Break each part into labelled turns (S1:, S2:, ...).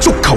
S1: 球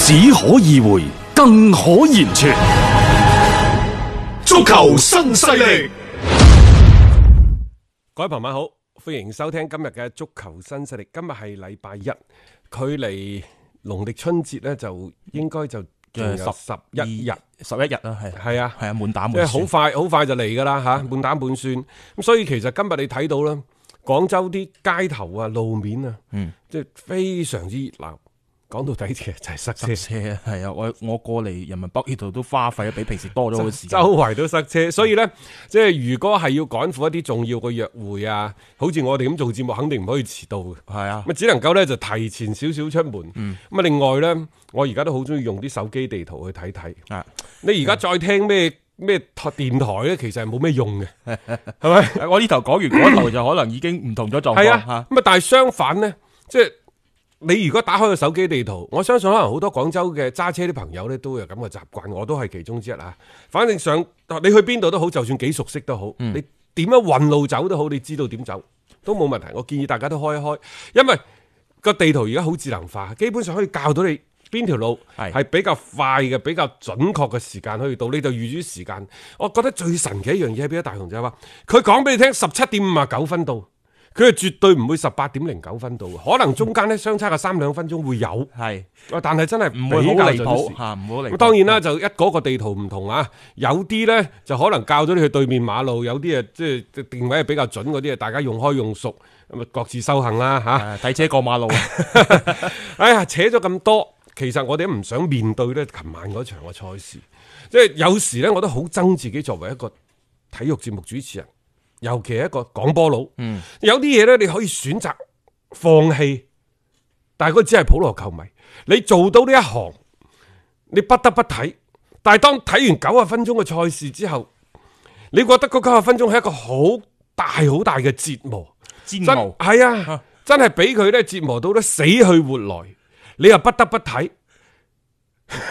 S2: 只可意會，更可言傳。
S1: 足球新勢力。
S3: 各位朋友好，歡迎收聽今日嘅足球新勢力。今日係禮拜一，距離農曆春節呢，就應該就仲有
S4: 誒
S3: 十一日，
S4: 十一日啦，係
S3: 係啊，
S4: 係啊，滿打
S3: 即係
S4: 滿
S3: 好
S4: 算，
S3: 快好快就嚟噶啦吓，半打半算。咁所以其實今日你睇到啦，廣州啲街頭啊、路面啊，
S4: 嗯
S3: 即係非常之熱鬧。講到底其實就係
S4: 塞
S3: 塞車。
S4: 車係啊！我我過嚟人民北呢度都花費咗比平時多咗好多嗯時間。
S3: 周圍都塞車，所以呢，即係如果係要趕赴一啲重要嘅約會啊，好似我哋咁做節目，肯定唔可以遲到嘅。
S4: 係啊嗯
S3: 咁，只能夠呢，就提前少少出門。咁啊、另外呢，我而家都好中意用啲手機地圖去睇睇。
S4: 啊
S3: 你而家再聽咩咩台電台呢，其實係冇咩用嘅，係咪？
S4: 我呢頭講完嗰頭就可能已經唔同咗狀況
S3: 係
S4: 嚇。
S3: 啊，咁啊，但係相反呢，即係你如果打開個手機地圖，我相信可能好多廣州嘅揸車啲朋友呢都有咁嘅習慣，我都係其中之一啊。反正上你去邊度都好，就算幾熟悉都好，
S4: 嗯
S3: 你點樣混路走都好，你知道點走都冇問題。我建議大家都開一開，因為個地圖而家好智能化，基本上可以教到你。邊條路
S4: 係
S3: 係比較快嘅、比較準確嘅時間可以到，你就預住時間。我覺得最神奇一樣嘢係邊大雄就係話，佢講俾你聽十七點五啊九分到，佢係絕對唔會十八點零九分到嘅，可能中間咧相差個三兩分鐘會有，
S4: 係
S3: 啊但係真係
S4: 唔會好離
S3: 比較準時
S4: 譜嚇，唔會好離
S3: 咁
S4: 譜。
S3: 當然啦，就一嗰個地圖唔同啊，有啲呢就可能教咗你去對面馬路，有啲啊即係定位係比較準嗰啲啊，大家用開用熟，咁啊各自修行啦嚇。
S4: 誒睇車過馬路啊，
S3: 哎呀，扯咗咁多，其實我哋都唔想面對咧，琴晚嗰場嘅賽事，即係有時咧，我都好憎自己作為一個體育節目主持人，尤其係一個講波佬。嗯，有啲嘢咧，你可以選擇放棄，但係嗰只係普羅球迷，你做到呢一行，你不得不睇。但係當睇完九十分鐘嘅賽事之後，你覺得嗰九十分鐘係一個好大好大嘅折磨。
S4: 煎
S3: 真
S4: 熬
S3: 係啊，真係俾佢咧折磨到咧死去活來，你又不得不睇。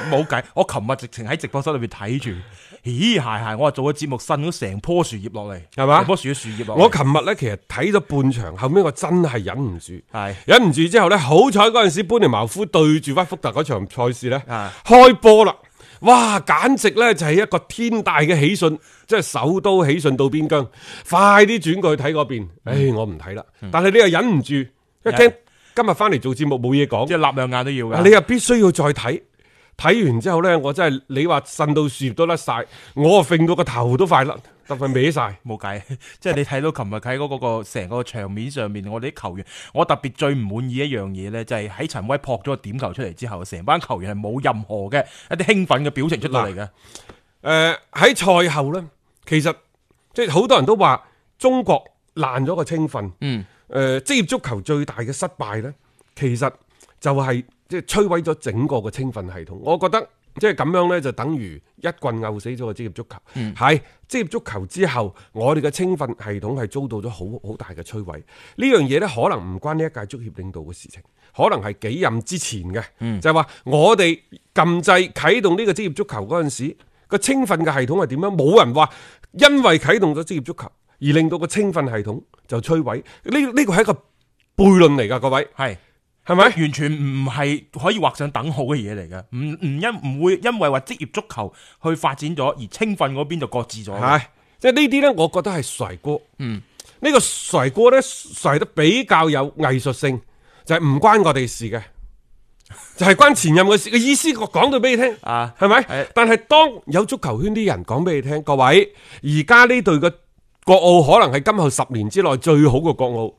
S4: 冇計。我琴日直情喺直播室裏邊睇住，咦係係，我話做個節目伸咗成棵樹葉落嚟，
S3: 係嘛
S4: 成棵樹嘅樹葉落嚟。
S3: 我琴日咧其實睇咗半場，後尾我真係忍唔住，
S4: 係
S3: 忍唔住之後咧，好彩嗰陣時班尼茅夫對住屈福特嗰場賽事咧
S4: 啊，
S3: 開波啦。哇！簡直咧就係一個天大嘅喜訊，即係首都喜訊到邊疆，快啲轉過去睇嗰邊。
S4: 嗯
S3: 唉，我唔睇啦，但係你又忍唔住，一驚今日翻嚟做節目冇嘢講
S4: 即。係立兩眼都要
S3: 啊
S4: 㗎。
S3: 你又必須要再睇，睇完之後呢，我真係你話呻到樹葉都甩晒，我啊揈到個頭都快甩，特快歪晒。
S4: 冇計， 即係你睇到琴日喺嗰個成個場面上面，我哋啲球員，我特別最唔滿意一樣嘢呢，就係喺陳威撲咗個點球出嚟之後，成班球員係冇任何嘅一啲興奮嘅表情出到嚟嘅。
S3: 誒呃喺賽後呢，其實即係好多人都話中國爛咗個青訓。
S4: 嗯，
S3: 誒、職業足球最大嘅失敗呢，其實就係即係摧毀咗整個嘅青訓系統。我覺得即係咁樣呢，就等於一棍毆死咗個職業足球。係、職業足球之後，我哋嘅青訓系統係遭到咗好好大嘅摧毀。呢樣嘢呢，可能唔關呢一屆足協領導嘅事情，可能係幾任之前嘅，就係話我哋撳掣啟動呢個職業足球嗰陣時，個青訓嘅系統係點樣？冇人話因為啟動咗職業足球。而令到個青訓系統就摧毀。呢呢個係一個悖論嚟㗎，各位
S4: 係
S3: 係咪？
S4: 完全唔係可以畫上等號嘅嘢嚟嘅，唔唔因唔會因為話職業足球去發展咗，而青訓嗰邊就擱置咗。
S3: 係即係呢啲呢，我覺得係甩鍋。嗯，呢個甩鍋呢，甩得比較有藝術性，就係、唔關我哋事嘅，就係、關前任嘅事。嘅意思我講到俾你聽
S4: 啊
S3: 係咪
S4: 係？
S3: 但係當有足球圈啲人講俾你聽，各位而家呢隊嘅國奧可能係今後十年之內最好嘅國奧。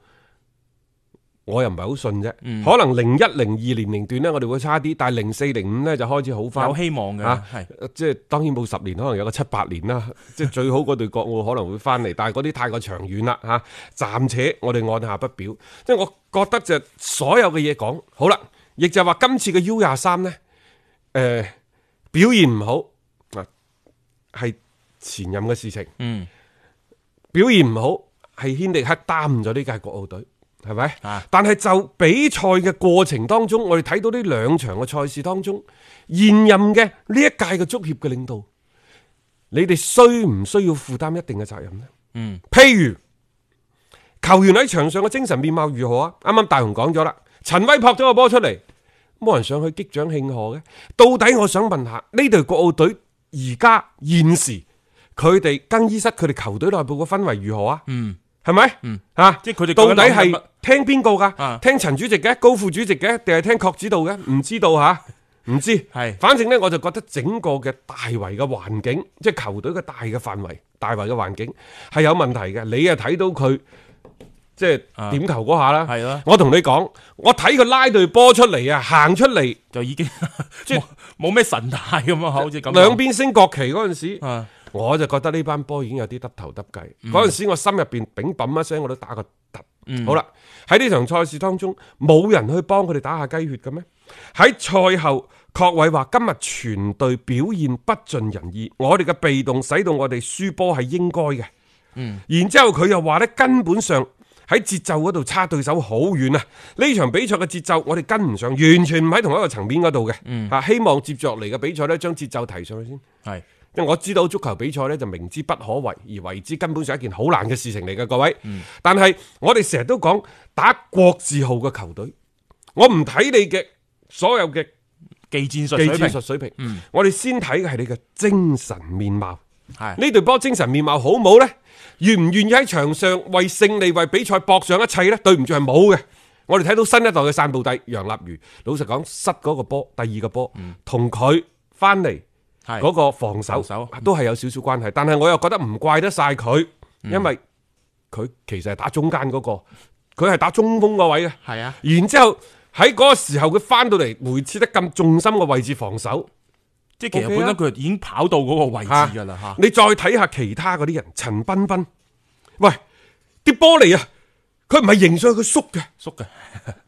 S3: 我又唔係好信啫，
S4: 嗯
S3: 可能零一零二年齡段呢，我哋會差啲，但係零四零五呢，就開始好翻，
S4: 有希望嘅
S3: 啊
S4: 係
S3: 即係當然冇十年，可能有個七八年啦。 即係最好嗰隊國奧可能會翻嚟，但係嗰啲太過長遠啦嚇。暫且我哋按下不表。即係我覺得就所有嘅嘢講好啦，亦就係話今次嘅 U 廿三呢，誒、诶、表現唔好啊，係前任嘅事情。
S4: 嗯，
S3: 表現唔好係軒迪克擔誤咗呢屆國奧隊，係咪？
S4: 啊
S3: 但係就比賽嘅過程當中，我哋睇到呢兩場嘅賽事當中，現任嘅呢一屆嘅足協嘅領導，你哋需唔需要負擔一定嘅責任呢？嗯，譬如球員喺場上嘅精神面貌如何啊？啱啱大雄講咗啦，陳威撲咗個波出嚟，冇人上去擊掌慶賀嘅。到底我想問下呢隊國奧隊而家現時佢哋更衣室、佢哋球隊內部嘅氛圍如何啊？嗯，係咪？嗯，啊，
S4: 即係佢哋
S3: 到
S4: 究竟
S3: 底
S4: 諗緊
S3: 係
S4: 乜
S3: 聽邊個㗎
S4: 啊？
S3: 聽陳主席嘅、高副主席嘅，定係聽郭指導嘅？唔知道吓。唔知，
S4: 係
S3: 反正呢，我就覺得整個嘅大圍嘅環境，即係球隊嘅大嘅範圍、大圍嘅環境係有問題嘅。你啊睇到佢即係
S4: 啊
S3: 點球嗰下啦，
S4: 係啊啦
S3: 我同你講，我睇佢拉隊波出嚟啊，行出嚟
S4: 就已經即係冇冇咩神態咁啊，好似咁樣
S3: 兩邊升國旗嗰陣時，
S4: 啊，
S3: 我就覺得呢班波已經有啲耷頭耷計。嗰陣、時我心入邊丙砰一聲，我都打個突。好啦，喺呢場賽事當中，冇人去幫佢哋打下雞血嘅咩？喺賽後，確偉話今日全隊表現不盡人意，我哋嘅被動使到我哋輸波係應該嘅。然之後佢又話咧，根本上喺節奏嗰度差對手好遠啊！呢場比賽嘅節奏我哋跟唔上，完全唔喺同一個層面嗰度嘅。啊，希望接著嚟嘅比賽呢，將節奏提上去先。
S4: 係
S3: 因為我知道足球比賽呢，就明知不可為而為之，根本上係一件好難嘅事情嚟嘅，各位。但係我哋成日都講打國字號嘅球隊，我唔睇你嘅所有嘅
S4: 技戰術
S3: 技
S4: 水
S3: 戰
S4: 平
S3: 術水平，嗯我哋先睇嘅係你嘅精神面貌。
S4: 係
S3: 呢隊波精神面貌好唔好呢？願唔願意喺場上為勝利、為比賽搏上一切呢？對唔住係冇嘅。我哋睇到新一代嘅散步帝楊立瑜，老實講，失嗰個波，第二個波，同佢翻嚟
S4: 係
S3: 嗰個防守
S4: 防守
S3: 都係有少少關係。但係我又覺得唔怪得晒佢，
S4: 嗯
S3: 因為佢其實係打中間嗰個，佢係打中鋒個位嘅。
S4: 係啊，
S3: 然之後喺嗰個時候，佢翻到嚟回撤得咁重心嘅位置防守。
S4: 即係其實
S3: OK
S4: 本
S3: 啊
S4: 身佢已經跑到嗰個位置
S3: 嚇
S4: 㗎啦嚇，
S3: 你再睇下其他嗰啲人，陳彬彬，喂，啲波嚟啊，佢唔係迎上去，佢縮嘅，
S4: 縮嘅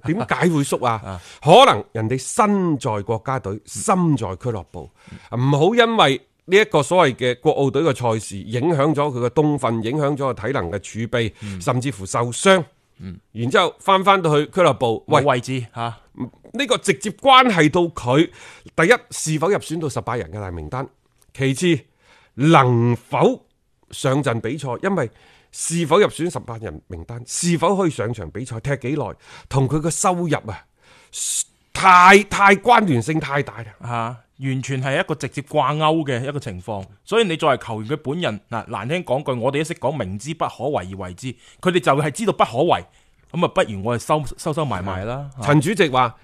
S3: 點解會縮啊？可能人哋身在國家隊，心在俱樂部，唔好因為呢一個所謂嘅國奧隊嘅賽事影響咗佢嘅冬訓，影響咗個體能嘅儲備，甚至乎受傷。然之後翻翻到去俱樂部，喂
S4: 冇，位置嚇，
S3: 呢個直接關係到佢第一是否入選到十八人嘅大名單，其次能否上陣比賽，因為是否入選十八人名單，是否可以上場比賽踢幾耐，同佢嘅收入啊，太太關聯性太大啦。
S4: 吓、完全係一個直接掛鈎嘅一個情況。所以你作為球員嘅本人，嗱難聽講句，我哋都識講明知不可為而為之，佢哋就係知道不可為，咁啊不如我哋收收收埋
S3: 啊
S4: 埋啦。嚇
S3: 陳主席話：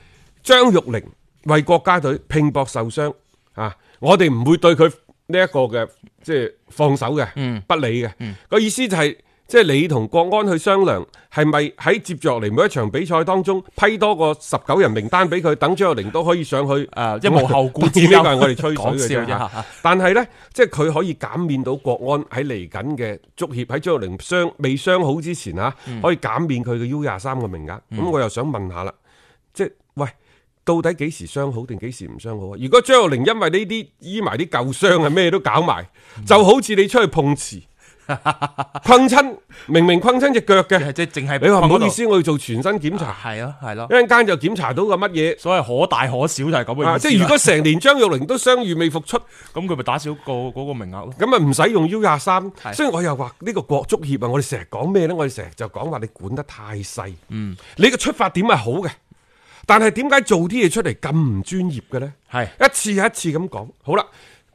S3: 張玉玲為國家隊拼搏受傷啊，我哋唔會對佢呢一個嘅即係放手嘅，
S4: 嗯
S3: 不理嘅。個、意思就係、即係你同國安去商量，係咪喺接住落嚟每一場比賽當中批多個十九人名單俾佢，等張玉玲都可以上去
S4: 啊即係無後顧之憂
S3: 當然呢個係我哋吹
S4: 講
S3: 水
S4: 笑
S3: 嘅
S4: 啫
S3: 啫嚇
S4: 嚇
S3: 但係呢，即係佢可以減免到國安喺嚟緊嘅足協喺張玉玲傷未傷好之前啊，
S4: 嗯
S3: 可以減免佢嘅 U 廿三嘅名額。咁、我又想問下啦，即係喂，到底幾時傷好定幾時唔傷好啊？如果張玉玲因為呢啲醫埋啲舊傷啊，咩都搞埋，就好似你出去碰瓷。困親，明明困親只腳嘅，
S4: 即係淨係啊
S3: 你話唔好意
S4: 嗰
S3: 思，我要做全身檢查，
S4: 度，係咯係
S3: 一
S4: 咯，
S3: 陣間就檢查到個乜嘢
S4: 所謂可大可小就係咁嘅意思啦、
S3: 啊！即係如果成年張玉玲都傷愈未復出，
S4: 咁佢咪打少個嗰個名額咯。
S3: 咁啊唔使用 U 廿三，所以我又話呢個國足協啊，我哋成日講咩呢？我哋成日就講話你管得太細，嗯，你嘅出發點係好嘅，但係點解做啲嘢出嚟咁唔專業嘅呢？
S4: 係
S3: 一次又一次咁講，好啦，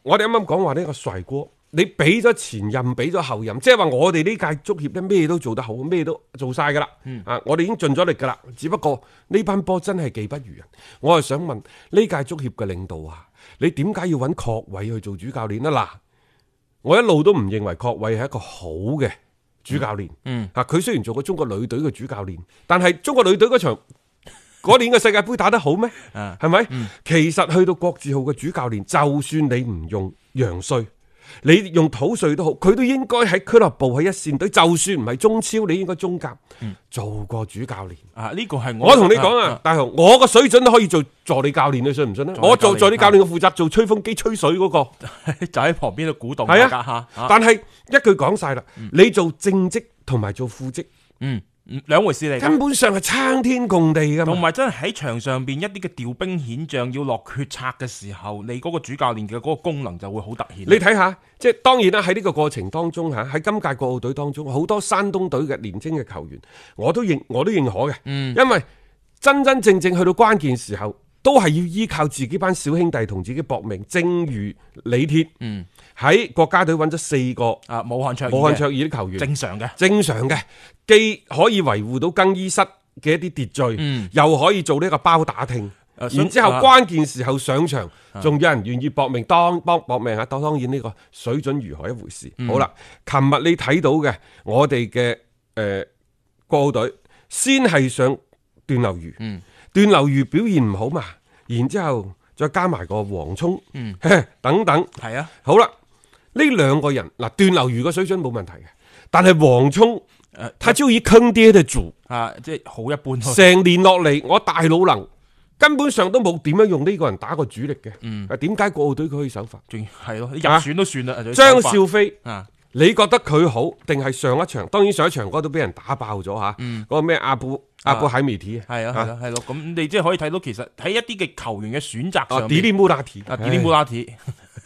S3: 我哋啱啱講話呢個帥哥，你俾咗前任，俾咗後任，即係話我哋呢屆足協呢，咩都做得好，咩都做晒㗎啦，啊，我哋已經盡咗力㗎啦，只不過呢班波真係技不如人，我係想問呢屆足協嘅領導啊，你點解要揾確位去做主教練啊？嗱。我一路都唔認為確位係一個好嘅主教練。嗯，啊，佢雖然做過中國女隊嘅主教練，但係中國女隊嗰場嗰年嘅世界盃打得好咩？嗯係咪？其實去到國字號嘅主教練，就算你唔用楊帥，你用土帥都好，佢都應該喺俱樂部喺一線隊，就算唔係中超，你應該中甲做過主教練。
S4: 啊，呢個係
S3: 嗯我同你講啊，，大雄，我個水準都可以做助理教練，你信唔信
S4: 助理
S3: 咧？
S4: 教練
S3: 我做助理教練，我負責做吹風機吹水嗰個。
S4: 啊 就喺旁邊度鼓動大
S3: 係
S4: 家嚇
S3: 啊，，嗯但係一句講晒啦，你做正職同埋做副職，
S4: 嗯嗯兩回事嚟㗎。
S3: 根本上係啊撐天共地噶
S4: 同
S3: 嘛。
S4: 埋真係喺場上邊一啲嘅調兵遣將要落決策嘅時候，你嗰個主教練嘅嗰個功能就會好突顯。
S3: 你睇下，即係當然啦，喺呢個過程當中嚇，喺今屆國奧隊當中，好多山東隊嘅年青嘅球員，我都認我都認可嘅，因為真真正正去到關鍵時候，都係要依靠自己班小兄弟同自己搏命。正如李鐵，喺國家隊揾咗四個
S4: 啊，武漢卓爾嘅
S3: 武漢卓爾啲球員，
S4: 正常嘅，
S3: 正常嘅，既可以維護到更衣室嘅一啲秩序，又可以做呢個包打聽。
S4: 嗯啊所以
S3: 然之後
S4: 啊
S3: 關鍵時候上場，仲有人願意搏命，當幫搏命啊！當當然呢個水準如何一回事。
S4: 嗯
S3: 好啦，琴日你睇到嘅我哋嘅誒國奧隊，先係上段流魚，
S4: 嗯
S3: 段流魚表現唔好嘛，然之後再加埋個黃聰，
S4: 嗯
S3: 等等。
S4: 係啊，
S3: 好啦，呢兩個人嗱，段流如個水準冇問題嘅，但係黃聰，
S4: 誒
S3: 他就以坑爹嘅做，
S4: 啊，即係好一般咯。
S3: 成年落嚟，我大腦能根本上都冇點樣用呢個人打過主力嘅。嗯，點解國奧隊佢可以首發？
S4: 仲要係咯，入選都算啦。仲要
S3: 啊張
S4: 首發
S3: 少飛，
S4: 啊，
S3: 你覺得佢好定係上一場？當然上一場嗰個都俾人打爆咗吓，嗰、
S4: 嗯
S3: 個咩阿布阿布海米提啊，
S4: 係啊，係咯，係咯。咁你即係可以睇到，其實喺一啲嘅球員嘅選擇
S3: 啊
S4: 上
S3: 迪
S4: 邊，
S3: 利穆拉提，
S4: 啊，迪利穆拉提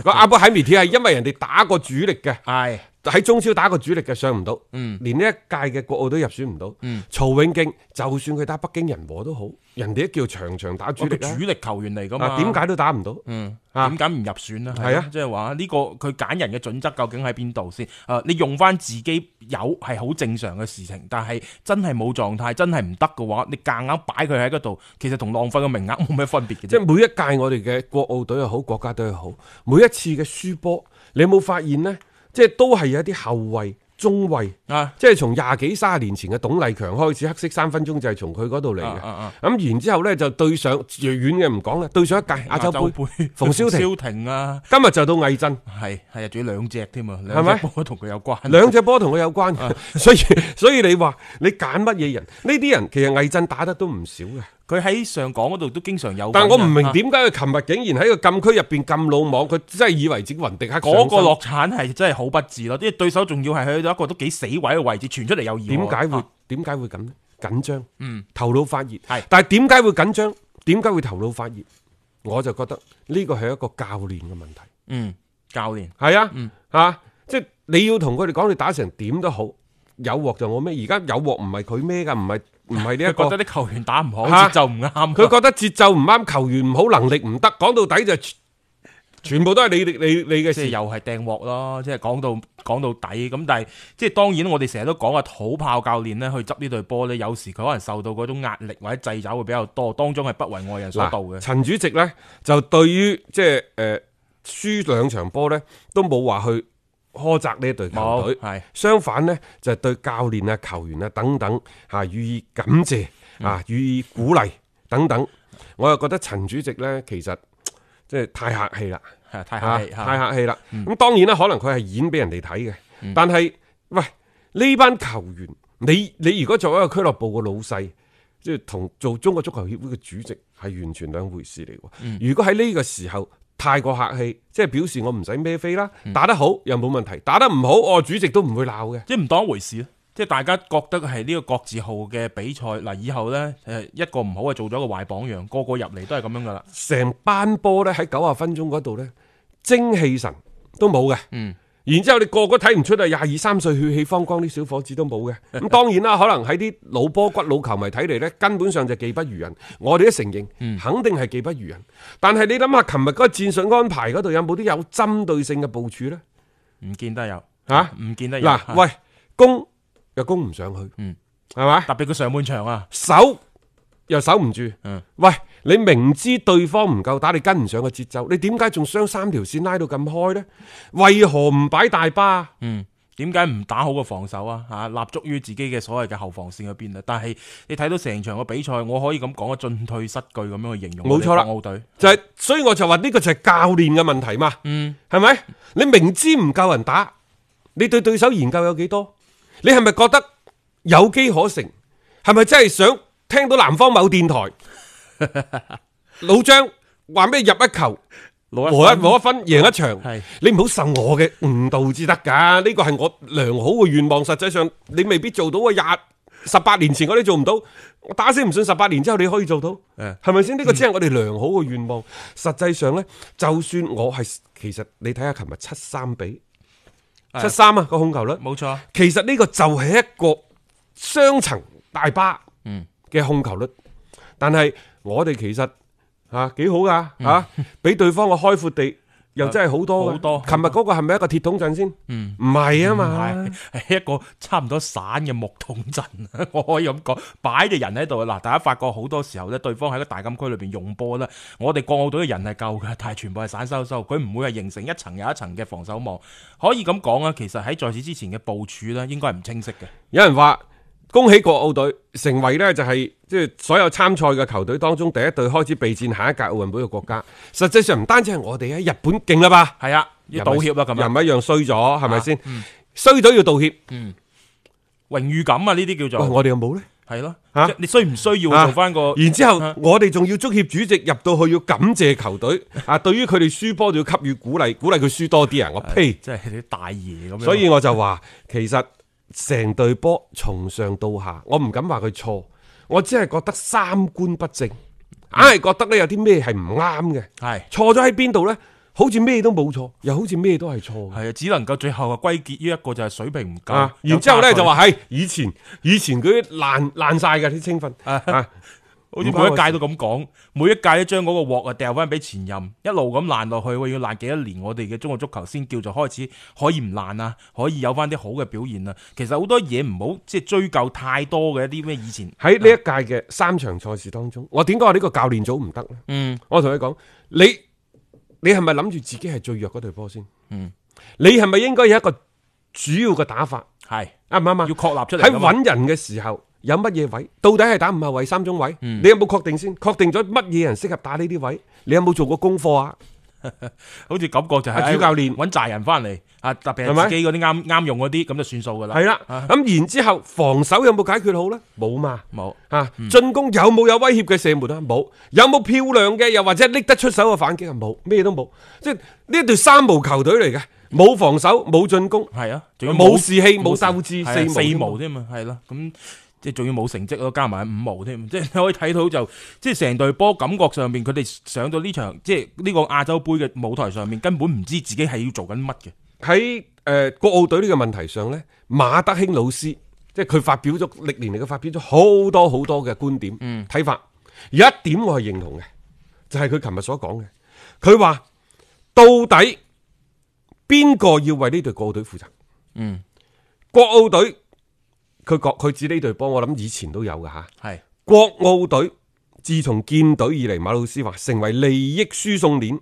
S3: 個阿布海米提係因為人哋打過主力嘅。
S4: 係
S3: 喺中超打過主力嘅上唔到，
S4: 嗯
S3: 連呢一屆嘅國奧都入選唔到。曹永競就算佢打北京人和都好，人哋都叫場場打主
S4: 哦主
S3: 力
S4: 力
S3: 啦
S4: 主力球員嚟㗎
S3: 啊
S4: 嘛？
S3: 點解都打唔到？
S4: 嗯，
S3: 啊
S4: 點解唔入選呢？
S3: 係啊
S4: 即係話呢個佢揀人嘅準則究竟喺邊度先？誒、啊你用翻自己有係好正常嘅事情，但係真係冇狀態，真係唔得嘅話，你夾硬擺佢喺嗰度，其實同浪費個名額冇咩分別嘅
S3: 即係
S4: 啫。
S3: 每一屆我哋嘅國奧隊又好，國家隊又好，每一次嘅輸波，你有冇發現呢？即係都係有一啲後衞、中衞。
S4: 啊，
S3: 即係從廿幾卅年前嘅董麗強開始，黑色三分鐘就係從佢嗰度嚟嘅。咁、
S4: 啊啊啊
S3: 然之後呢，就對上越遠嘅唔講啦，對上一屆亞
S4: 啊
S3: 洲杯， 馮瀟霆，
S4: 蕭霆啊，
S3: 今日就到魏震。
S4: 係係啊，仲有兩隻添啊，
S3: 係
S4: 兩
S3: 咪
S4: 隻波同佢有關。
S3: 兩隻波同佢有關，
S4: 啊
S3: 所以所以你話你揀乜嘢人？呢啲人其實魏震打得都唔少嘅，
S4: 佢喺上港嗰度都經常有份㗎。
S3: 但我唔明
S4: 啊
S3: 點解佢琴日竟然喺個禁區入邊咁魯莽，佢真係以為自己雲迪克上身
S4: 嗰個落產係真係好不智咯，啲對手仲要係去到一個都幾死位嘅位置，傳出嚟有意外。
S3: 點解會
S4: 啊
S3: 點解會咁呢？緊張，嗯，頭腦發熱，
S4: 係
S3: 但係點解會緊張？點解會頭腦發熱？我就覺得呢個係一個教練嘅問題。
S4: 嗯，教練
S3: 係啊，
S4: 嗯
S3: 啊，即係你要同佢哋講，你打成點都好，有鑊就我咩？而家有鑊唔係佢咩㗎，唔係唔係呢一
S4: 佢
S3: 個
S4: 覺。得啲球員打唔好，
S3: 嚇
S4: 節奏唔啱。啊
S3: 佢覺得節奏唔啱，球員唔好，能力唔得，講到底就全全部都係你你你你嘅
S4: 即係
S3: 事。
S4: 又係掟鑊咯，即係講到講到底咁，但係即係當然，我哋成日都講話土炮教練咧去執呢隊波咧，有時佢可能受到嗰種壓力或者掣肘會比較多，當中係不為外人所道嘅。
S3: 陳主席呢，就對於即係誒輸兩場波呢，都冇話去苛責呢一隊球
S4: 冇
S3: 隊。
S4: 係
S3: 相反呢，就係對教練啊、球員啊等等嚇、啊、予以感謝
S4: 嗯
S3: 啊、予以鼓勵等等。我又覺得陳主席呢，其實即係太客氣啦。
S4: 係太
S3: 啊
S4: 客氣
S3: 太
S4: 嚇，嗯
S3: 客氣啦。咁、當然啦，可能佢係演俾人哋睇嘅，但係喂呢班球員，你你如果作為一個俱樂部嘅老細，即係同做中國足球協會嘅主席係完全兩回事嚟喎。
S4: 嗯
S3: 如果喺呢個時候太過客氣，即係表示我唔使孭飛啦，
S4: 嗯
S3: 打得好又冇問題，打得唔好我主席都唔會鬧嘅。
S4: 即係唔當一回事咯。即係大家覺得係呢個國字號嘅比賽嗱，以後咧誒一個唔好啊，做咗個壞榜樣，個個入嚟都係咁樣噶啦。
S3: 成班波咧喺九十分鐘嗰度咧，精氣神都冇嘅。嗯。然之後你個個睇唔出啊，廿二三歲血氣方剛啲小伙子都冇嘅。咁當然啦，可能喺啲老波骨老球迷睇嚟呢，根本上就技不如人。我哋都承認，肯定係技不如人。但係你諗下，琴日嗰個戰術安排嗰度有冇啲有針對性嘅部署呢？
S4: 唔見得有，
S3: 嚇、
S4: 唔見得有。
S3: 嗱，喂，攻又攻唔上去，
S4: 嗯，
S3: 係咪？
S4: 特別佢上半場啊，
S3: 守又守唔住。
S4: 嗯
S3: 喂，你明知對方唔夠打，你跟唔上個節奏，你點解仲將三條線拉到咁開呢？為何唔擺大巴？
S4: 嗯，點解唔打好個防守啊？嚇、立足於自己嘅所謂嘅後防線嗰邊啊！但係你睇到成場嘅比賽，我可以咁講啊，進退失據咁樣去形容
S3: 冇錯啦
S4: 我哋國奧隊
S3: 就係、所以我就話呢個就係教練嘅問題嘛，
S4: 嗯，
S3: 係咪？你明知唔夠人打，你對對手研究有幾多？你係咪覺得有機可乘？係咪真係想聽到南方某 電台老張話咩入一球？
S4: 攞
S3: 和一
S4: 分
S3: 和一分贏一場
S4: 係，
S3: 你唔好受我嘅誤導至得㗎。呢個係我良好嘅願望，實際上你未必做到啊！廿十八年前我哋做唔到，我打死唔信十八年之後你可以做到，
S4: 誒
S3: 係咪先？呢個只係我哋良好嘅願望。實際上呢，就算我係其實你睇下琴日七三比
S4: 係
S3: 七三啊個控球率，
S4: 冇錯啊，
S3: 其實呢個就係一個雙層大巴嘅控球率，但係我哋其實嚇幾、好噶嚇，啊俾、對方嘅開闊地又真係好多㗎
S4: 好多
S3: 琴日嗰個係咪一個鐵桶陣先？唔係啊嘛
S4: 係，係一個差唔多散嘅木桶陣，啊 我可以咁講，擺嘅人喺度啊嗱，大家發覺好多時候咧，對方喺個大禁區裏邊用波咧，我哋國奧隊嘅人係夠 嘅，但係全部係散收收，佢唔會係形成一層又一層嘅防守網。可以咁講啊，其實喺在此之前嘅部署咧，應該係唔清晰嘅。
S3: 有人話恭喜國奧隊成為呢就係即係所有參賽嘅球隊當中第一隊開始備戰下一屆奧運會嘅國家。實際上唔單止係我哋喺日本勁啦吧。
S4: 係啊，要道歉啦咁
S3: 又唔
S4: 樣，
S3: 一樣衰咗，係咪先？衰咗要道歉，
S4: 榮譽感啊呢啲叫
S3: 喂，
S4: 做
S3: 哦我哋又冇呢？
S4: 係咯
S3: 啊，
S4: 即係你需唔需要
S3: 啊
S4: 做翻個？
S3: 然之後
S4: 啊
S3: 我哋仲要足協主席入到去要感謝球隊 啊，對於佢哋輸波就要給予鼓勵，鼓勵佢輸多啲啊！我呸！
S4: 即係啲大爺咁樣。
S3: 所以我就話，其實成隊波從上到下，我唔敢話佢錯，我只係覺得三觀不正，硬係覺得呢有啲咩係唔啱嘅，
S4: 係
S3: 錯咗喺邊度呢？好似咩都冇錯，又好似咩都係錯嘅。
S4: 係啊，只能夠最後啊歸結於一個就係水平唔夠。
S3: 啊，
S4: 有
S3: 然之後
S4: 差
S3: 咧
S4: 距
S3: 就話係以前以前佢爛爛晒嘅啲 青訓
S4: 啊
S3: 啊，
S4: 好似每
S3: 唔關
S4: 一
S3: 我
S4: 屆都咁講，每一屆都將嗰個鑊啊掉翻俾前任，一路咁爛落去喎，要爛幾多年，我哋嘅中國足球先叫做開始可以唔爛啊，可以有翻啲好嘅表現啊。其實好多嘢唔好即係追究太多嘅一啲咩以前，
S3: 喺呢一屆嘅三場賽事當中，我點解話呢個教練組唔得呢？
S4: 嗯，
S3: 我同佢講，你你係咪諗住自己係最弱嗰隊波先？
S4: 嗯
S3: 你係咪應該有一個主要嘅打法？
S4: 係
S3: 啱唔啱
S4: 要？
S3: 啊
S4: 確立出嚟
S3: 喺
S4: 㗎嘛。
S3: 揾人嘅時候有乜嘢位？到底係打五後位、三中位？
S4: 嗯
S3: 你有冇確定先？確定咗乜嘢人適合打呢啲位？你有冇做過功課啊？
S4: 好似感覺就係、
S3: 啊主教練
S4: 揾扎人翻嚟啊，特別
S3: 係
S4: 係
S3: 咪
S4: 自己嗰啲啱啱用嗰啲咁就算數㗎啦。
S3: 係啦，
S4: 啊
S3: 咁然之後防守有冇解決好呢？冇嘛。
S4: 冇嗯
S3: 啊！進攻有冇有威脅嘅射門啊？冇。有冇漂亮嘅又或者拎得出手嘅反擊啊？冇，咩都冇。即係呢隊三無球隊嚟嘅，冇防守，冇進攻。
S4: 係啊，仲
S3: 冇士氣冇鬥志
S4: 係啊
S3: 四無添
S4: 四毛添嘛，係啦，咁即係仲要冇成績咯，加埋五毛添，即係你 可以睇到就即係成隊波感覺上面，佢哋上到呢場即係呢個亞洲杯嘅舞台上面，根本唔知自己係要做緊乜嘅。
S3: 喺誒、呃、國奧隊呢個問題上呢，馬德興老師即係佢發表咗歷年嚟嘅發表咗好多好多嘅觀點睇、法，有一點我係認同嘅，就係佢琴日所講嘅，佢話到底邊個要為呢隊國奧隊負責？嗯，國奧隊佢講佢指呢隊波，我諗以前都有嘅嚇。
S4: 係
S3: 國奧隊自從建隊以嚟，馬老師話成為利益輸送鏈，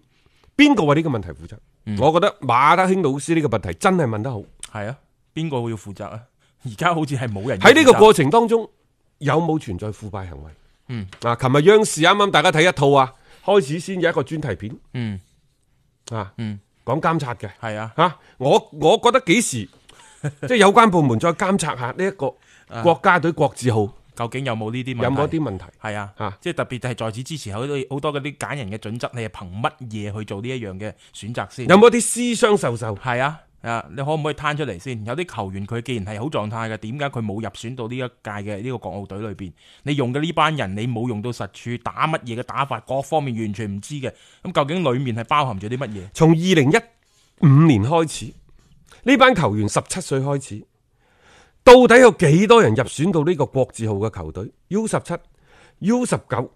S3: 邊個為呢個問題負責？
S4: 嗯
S3: 我覺得馬德興老師呢個問題真係問得好。
S4: 係啊，邊個要負責啊？而家好似係冇人要
S3: 喺呢個
S4: 負責
S3: 過程當中，有冇存在腐敗行為？嗯，啊，琴日央視啱啱大家睇一套啊，開始先有一個專題片，
S4: 嗯
S3: 啊，講監察嘅，
S4: 係啊，
S3: 吓、我我覺得 幾時即係有關部門再監察下呢一個國家隊國字號
S4: 究竟有冇呢啊啲問題
S3: 有冇一啲問題？
S4: 係啊，
S3: 啊
S4: 即係特別係在此之前，好多好多嗰啲揀人嘅準則，你係憑乜嘢去做呢一樣嘅選擇先？
S3: 有冇一啲私相授受？
S4: 係啊，啊，你可唔可以攤出嚟先？有啲球員佢既然係好狀態嘅，點解佢冇入選到呢一屆嘅呢個國奧隊裏邊？你用嘅呢班人，你冇用到實處，打乜嘢嘅打法，各方面完全唔知嘅。咁究竟裡面係包含咗啲乜嘢？
S3: 從二零一五年開始，呢班球員十七歲開始，到底有幾多人入選到呢個國字號嘅球隊 U 十七、U 十九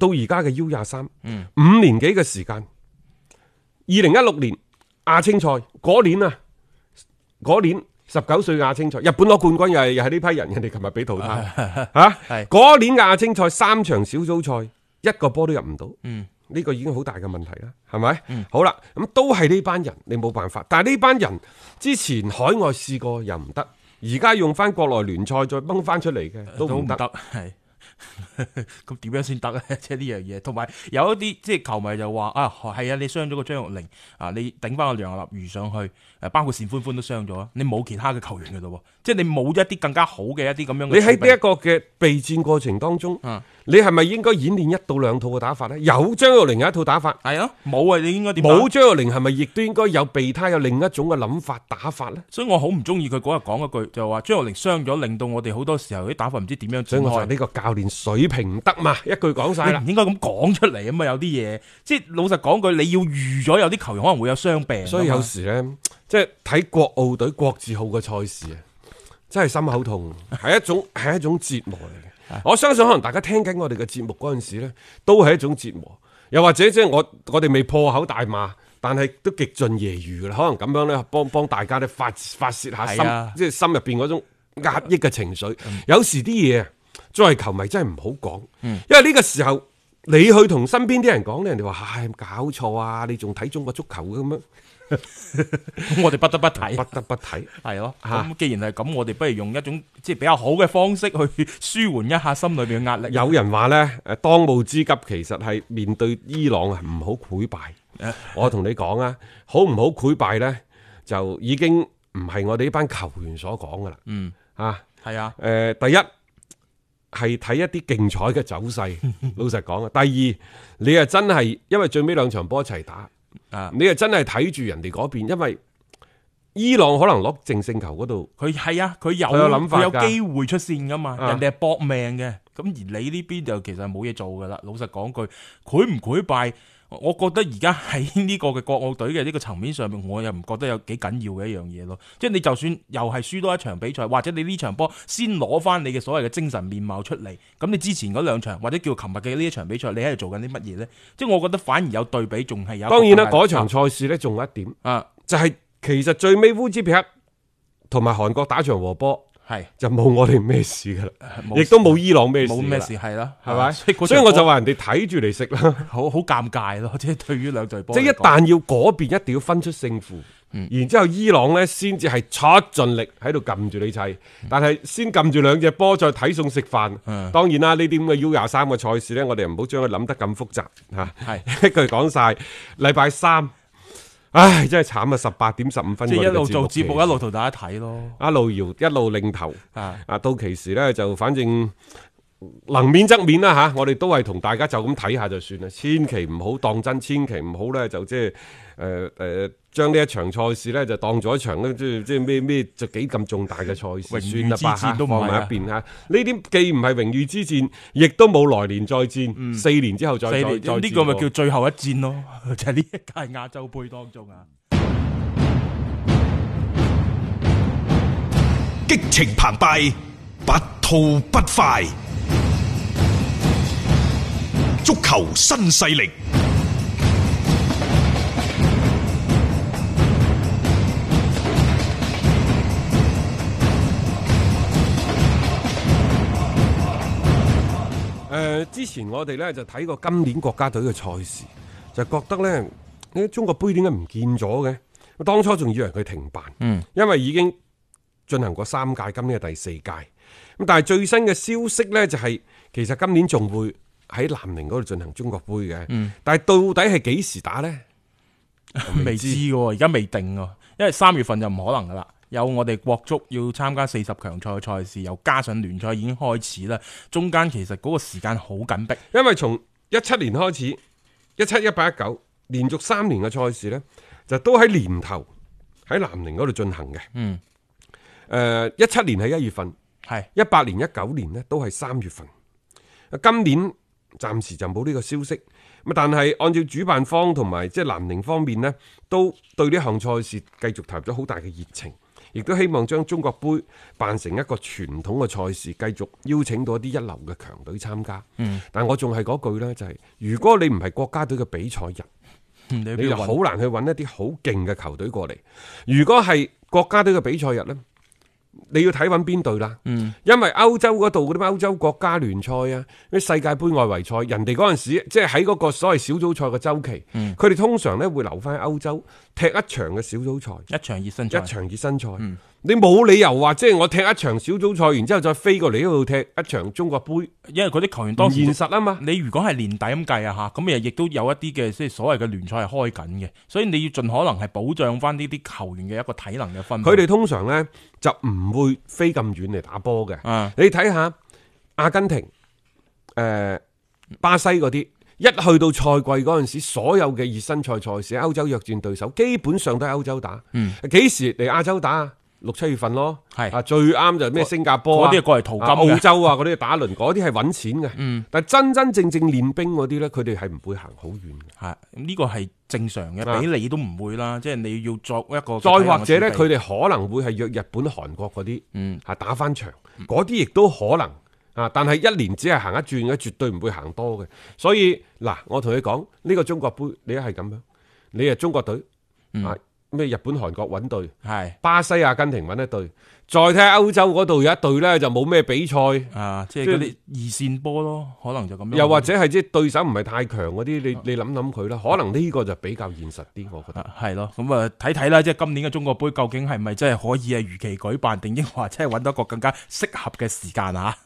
S3: 到而家嘅 U 廿三，五年幾嘅時間。二零一六年亞青賽嗰年啊，嗰年十九歲亞青賽，日本攞冠軍又係又係呢批人，人 哋琴日俾淘 汰嚇。
S4: 係
S3: 嗰年嘅亞青賽三場小組賽一個波都入唔到，呢個已經好大嘅問題啦，係咪？好啦，咁都係呢班人，你冇辦法。但係呢班人之前海外試過又唔得，而家用翻國內聯賽再掹翻出嚟嘅都
S4: 都
S3: 唔
S4: 唔
S3: 得。
S4: 得，系。 咁點樣先得咧？ 即係呢樣嘢，同埋有一啲即係球迷就話啊，係啊，你傷咗個張玉寧啊，你頂翻個梁立瑜上去，誒包括單歡歡都傷咗啊，你冇其他嘅球員嘅咯喎，即係你冇一啲更加好嘅一啲咁樣嘅。
S3: 你喺呢一個嘅備戰過程當中，
S4: 嗯
S3: 你係咪應該演練一到兩套嘅打法呢？有張玉寧有一套打法，
S4: 係啊，冇啊，你應該點打？
S3: 冇張玉寧係咪亦都應該有備胎有另一種嘅諗法打法呢？
S4: 所以我好唔中意佢嗰日講嗰句，就話張玉寧傷咗，令到我哋好多時候啲打法唔知點樣
S3: 所
S4: 展
S3: 以我就話
S4: 開。
S3: 呢個教練水平唔得嘛，一句講晒
S4: 你
S3: 啦
S4: 唔。應該咁講出嚟啊嘛，有啲嘢即係老實講句，你要預咗有啲球員可能會有傷病㗎嘛。
S3: 所以有時呢，即係睇國奧隊國字號嘅賽事啊，真係心口痛，係一種 係一種折磨嚟嘅。
S4: 啊
S3: 我相信可能大家聽緊我哋嘅節目嗰陣時咧，都係一種折磨。又或者即係我我哋未破口大罵，但係都極盡揶揄啦。可能咁樣咧，幫幫大家咧發發泄下心，
S4: 係啊嗯
S3: 即係心入邊嗰種壓抑嘅情緒。有時啲嘢啊作為球迷真係唔好講，因為呢個時候。你去同身邊啲人講咧，人哋話：唉，搞錯啊！你仲睇中國足球嘅咁樣，
S4: 我哋不得不啊睇。
S3: 不得不睇。
S4: 係咯，
S3: 嚇
S4: 咁既然係咁，我哋不如用一種即係比較好嘅方式去舒緩一下心裏邊嘅壓力。
S3: 有人話呢，誒當務之急其實係面對伊朗啊，唔好潰敗。我同你講啊，好唔好潰敗呢？就已經唔係我哋呢班球員所講噶啦。
S4: 嗯，
S3: 啊，
S4: 係啊，
S3: 誒、第一係睇一啲競彩嘅走勢， 老實講啊。第二，你啊真係因為最尾兩場波一齊打，
S4: 啊，
S3: 你啊真係睇住人哋嗰邊，因為伊朗可能攞淨勝球嗰度。
S4: 佢係啊，佢有
S3: 佢有諗法
S4: 佢有
S3: 㗎
S4: 機會出線噶嘛，
S3: 啊
S4: 人哋係搏命嘅，咁而你呢邊就其實冇嘢做噶啦。老實講句，潰唔潰敗，我覺得而家喺呢個嘅國奧隊嘅呢個層面上面，我又唔覺得有幾緊要嘅一樣嘢咯。即係你就算又係輸多一場比賽，或者你呢場波先攞翻你嘅所謂嘅精神面貌出嚟，咁你之前嗰兩場或者叫琴日嘅呢一場比賽，你喺度做緊啲乜嘢呢？即係我覺得反而有對比，仲係有一個
S3: 當然啦，
S4: 更大
S3: 嗰
S4: 嘅
S3: 場賽事呢，仲有一點
S4: 啊
S3: 就係、其實最尾烏茲別克同埋韓國打場和波。
S4: 係
S3: 就冇我哋咩事噶啦，
S4: 冇
S3: 亦都冇伊朗咩事，
S4: 冇咩事，係啦，
S3: 係咪？
S4: 所以嗰
S3: 所以我
S4: 場
S3: 就話人哋睇住嚟食啦，
S4: 好好尷尬咯， 即係對於兩隊 波
S3: 即
S4: 嚟
S3: 係
S4: 講，嗯
S3: 一旦要嗰邊一定要分出勝負，然之後伊朗呢先至係出盡力喺度撳住你砌，但係先撳住兩隻波再睇餸食飯。
S4: 嗯
S3: 當然啦，呢啲咁嘅 U 廿三嘅賽事呢，我哋唔好將佢諗得咁複雜嚇。
S4: 係
S3: 一句講晒，禮拜三，唉，真係慘啊！十八點十五分，
S4: 即係一路做節
S3: 節
S4: 目一路同大家睇咯，
S3: 一路搖一路領頭。
S4: 啊，
S3: 啊，到其時呢，就反正嗯能免則免啦吓，我哋都係同大家就咁睇下就算啦，千祈唔好當真，千祈唔好呢，就即係誒誒將呢一場賽事呢，就當咗一場呢即係即係咩咩就幾咁重大嘅賽事，
S4: 榮譽
S3: 算啦吧
S4: 之
S3: 嚇
S4: 戰都唔係
S3: 放
S4: 啊
S3: 埋一邊嚇。呢啲既唔係榮譽之戰，亦都冇來年再戰，四年之後再
S4: 嗯四
S3: 再
S4: 年
S3: 再
S4: 呢個咪
S3: 戰
S4: 叫
S3: 喎
S4: 最後一戰咯， 就係呢一屆亞洲杯當中啊。
S1: 激情澎湃，不吐不快。足球新勢力，
S3: 誒、呃之前我哋呢就睇過今年國家隊嘅賽事，就覺得呢，呢中國杯點解唔見咗嘅？我當初仲以為佢停辦，嗯，因為已經進行過三屆，今年係第四屆。咁但係最新嘅消息呢，就係、其實今年仲會喺南寧嗰度進行中國杯嘅，但係到底係幾時打呢？
S4: 未知嘅喎，而家未定喎，因為三月份就唔可能噶啦。有我哋國足要參加四十強賽賽事，又加上聯賽已經開始啦，中間其實嗰個時間好緊迫。
S3: 因為從一七年開始，一七、一八、一九連續三年嘅賽事呢，就都喺年頭喺南寧嗰度進行嘅。
S4: 嗯，
S3: 誒一七年係一月份，
S4: 係
S3: 一八年、一九年呢都係三月份。今年暫時就冇呢個消息，咁但係按照主辦方同埋即係南寧方面呢，都對呢項賽事繼續投入咗好大嘅熱情，亦都希望將中國杯辦成一個傳統嘅賽事，繼續邀請到一啲一流嘅強隊參加。嗯、但我仲係嗰句呢，就係、如果你唔係國家隊嘅比賽人。
S4: 嗯你
S3: 你就
S4: 就
S3: 好難去揾一啲好勁嘅球隊過嚟。如果係國家隊嘅比賽日呢，你要睇揾邊隊啦。
S4: 嗯
S3: 因為歐洲嗰度嗰啲咩歐洲國家聯賽啊，啲世界盃外圍賽，人哋嗰陣時即係喺嗰個所謂小組賽嘅周期，
S4: 嗯
S3: 佢哋、通常咧會留翻喺歐洲踢一場嘅小組賽。
S4: 一場熱身賽嗯
S3: 一，場熱身賽，你冇理由話即係我踢一場小組賽，然之後再飛過嚟呢度踢一場中國杯，唔
S4: 因為嗰啲球員當時嗯
S3: 現實啊嘛。
S4: 你如果係年底咁計啊嚇，咁又亦都有一啲嘅即係所謂嘅聯賽係開緊嘅，所以你要盡可能係保障翻呢啲球員嘅一個體能嘅分配。
S3: 佢哋通常呢就唔會飛咁遠嚟打波嘅。
S4: 啊
S3: 你睇下阿根廷、誒、呃巴西嗰啲，一去到賽季嗰陣時，所有嘅熱身賽賽事，歐洲約戰對手基本上都喺歐洲打。
S4: 嗯
S3: 幾時嚟亞洲打啊？六七月份咯，
S4: 係
S3: 啊最啱就係咩新加坡啊
S4: 嗰啲係過嚟淘金
S3: 啊
S4: 嘅
S3: 澳洲啊嗰啲打輪，嗰啲係揾錢嘅。
S4: 嗯
S3: 但係真真正正練兵嗰啲呢，佢哋係唔會行好遠嘅。
S4: 係呢個係正常嘅，
S3: 啊
S4: 俾你都唔會啦，即係你要作一個
S3: 再或者呢，佢
S4: 哋
S3: 哋可能會係約日本、韓國嗰啲。
S4: 嗯
S3: 啊打翻場，嗰啲亦都可能啊，但係一年只係行一轉嘅，絕對唔會行多嘅。所以嗱，我同你講呢、個中國杯，你一係咁樣，你係中國隊啊，咩日本、韓國揾隊，
S4: 係
S3: 巴西、阿根廷揾一隊，再睇下歐洲嗰度有一隊呢，就冇咩比賽，
S4: 啊，即係
S3: 即係
S4: 嗰啲二線波咯，可能就咁樣。
S3: 又或者係即係對手唔係太強嗰啲，你你諗諗佢啦，可能呢個就比較現實啲，我覺得。
S4: 啊係咯，咁啊睇睇啦，即係今年嘅中國杯究竟係咪真係可以係如期舉辦，定抑或真係揾到一個更加適合嘅時間啊？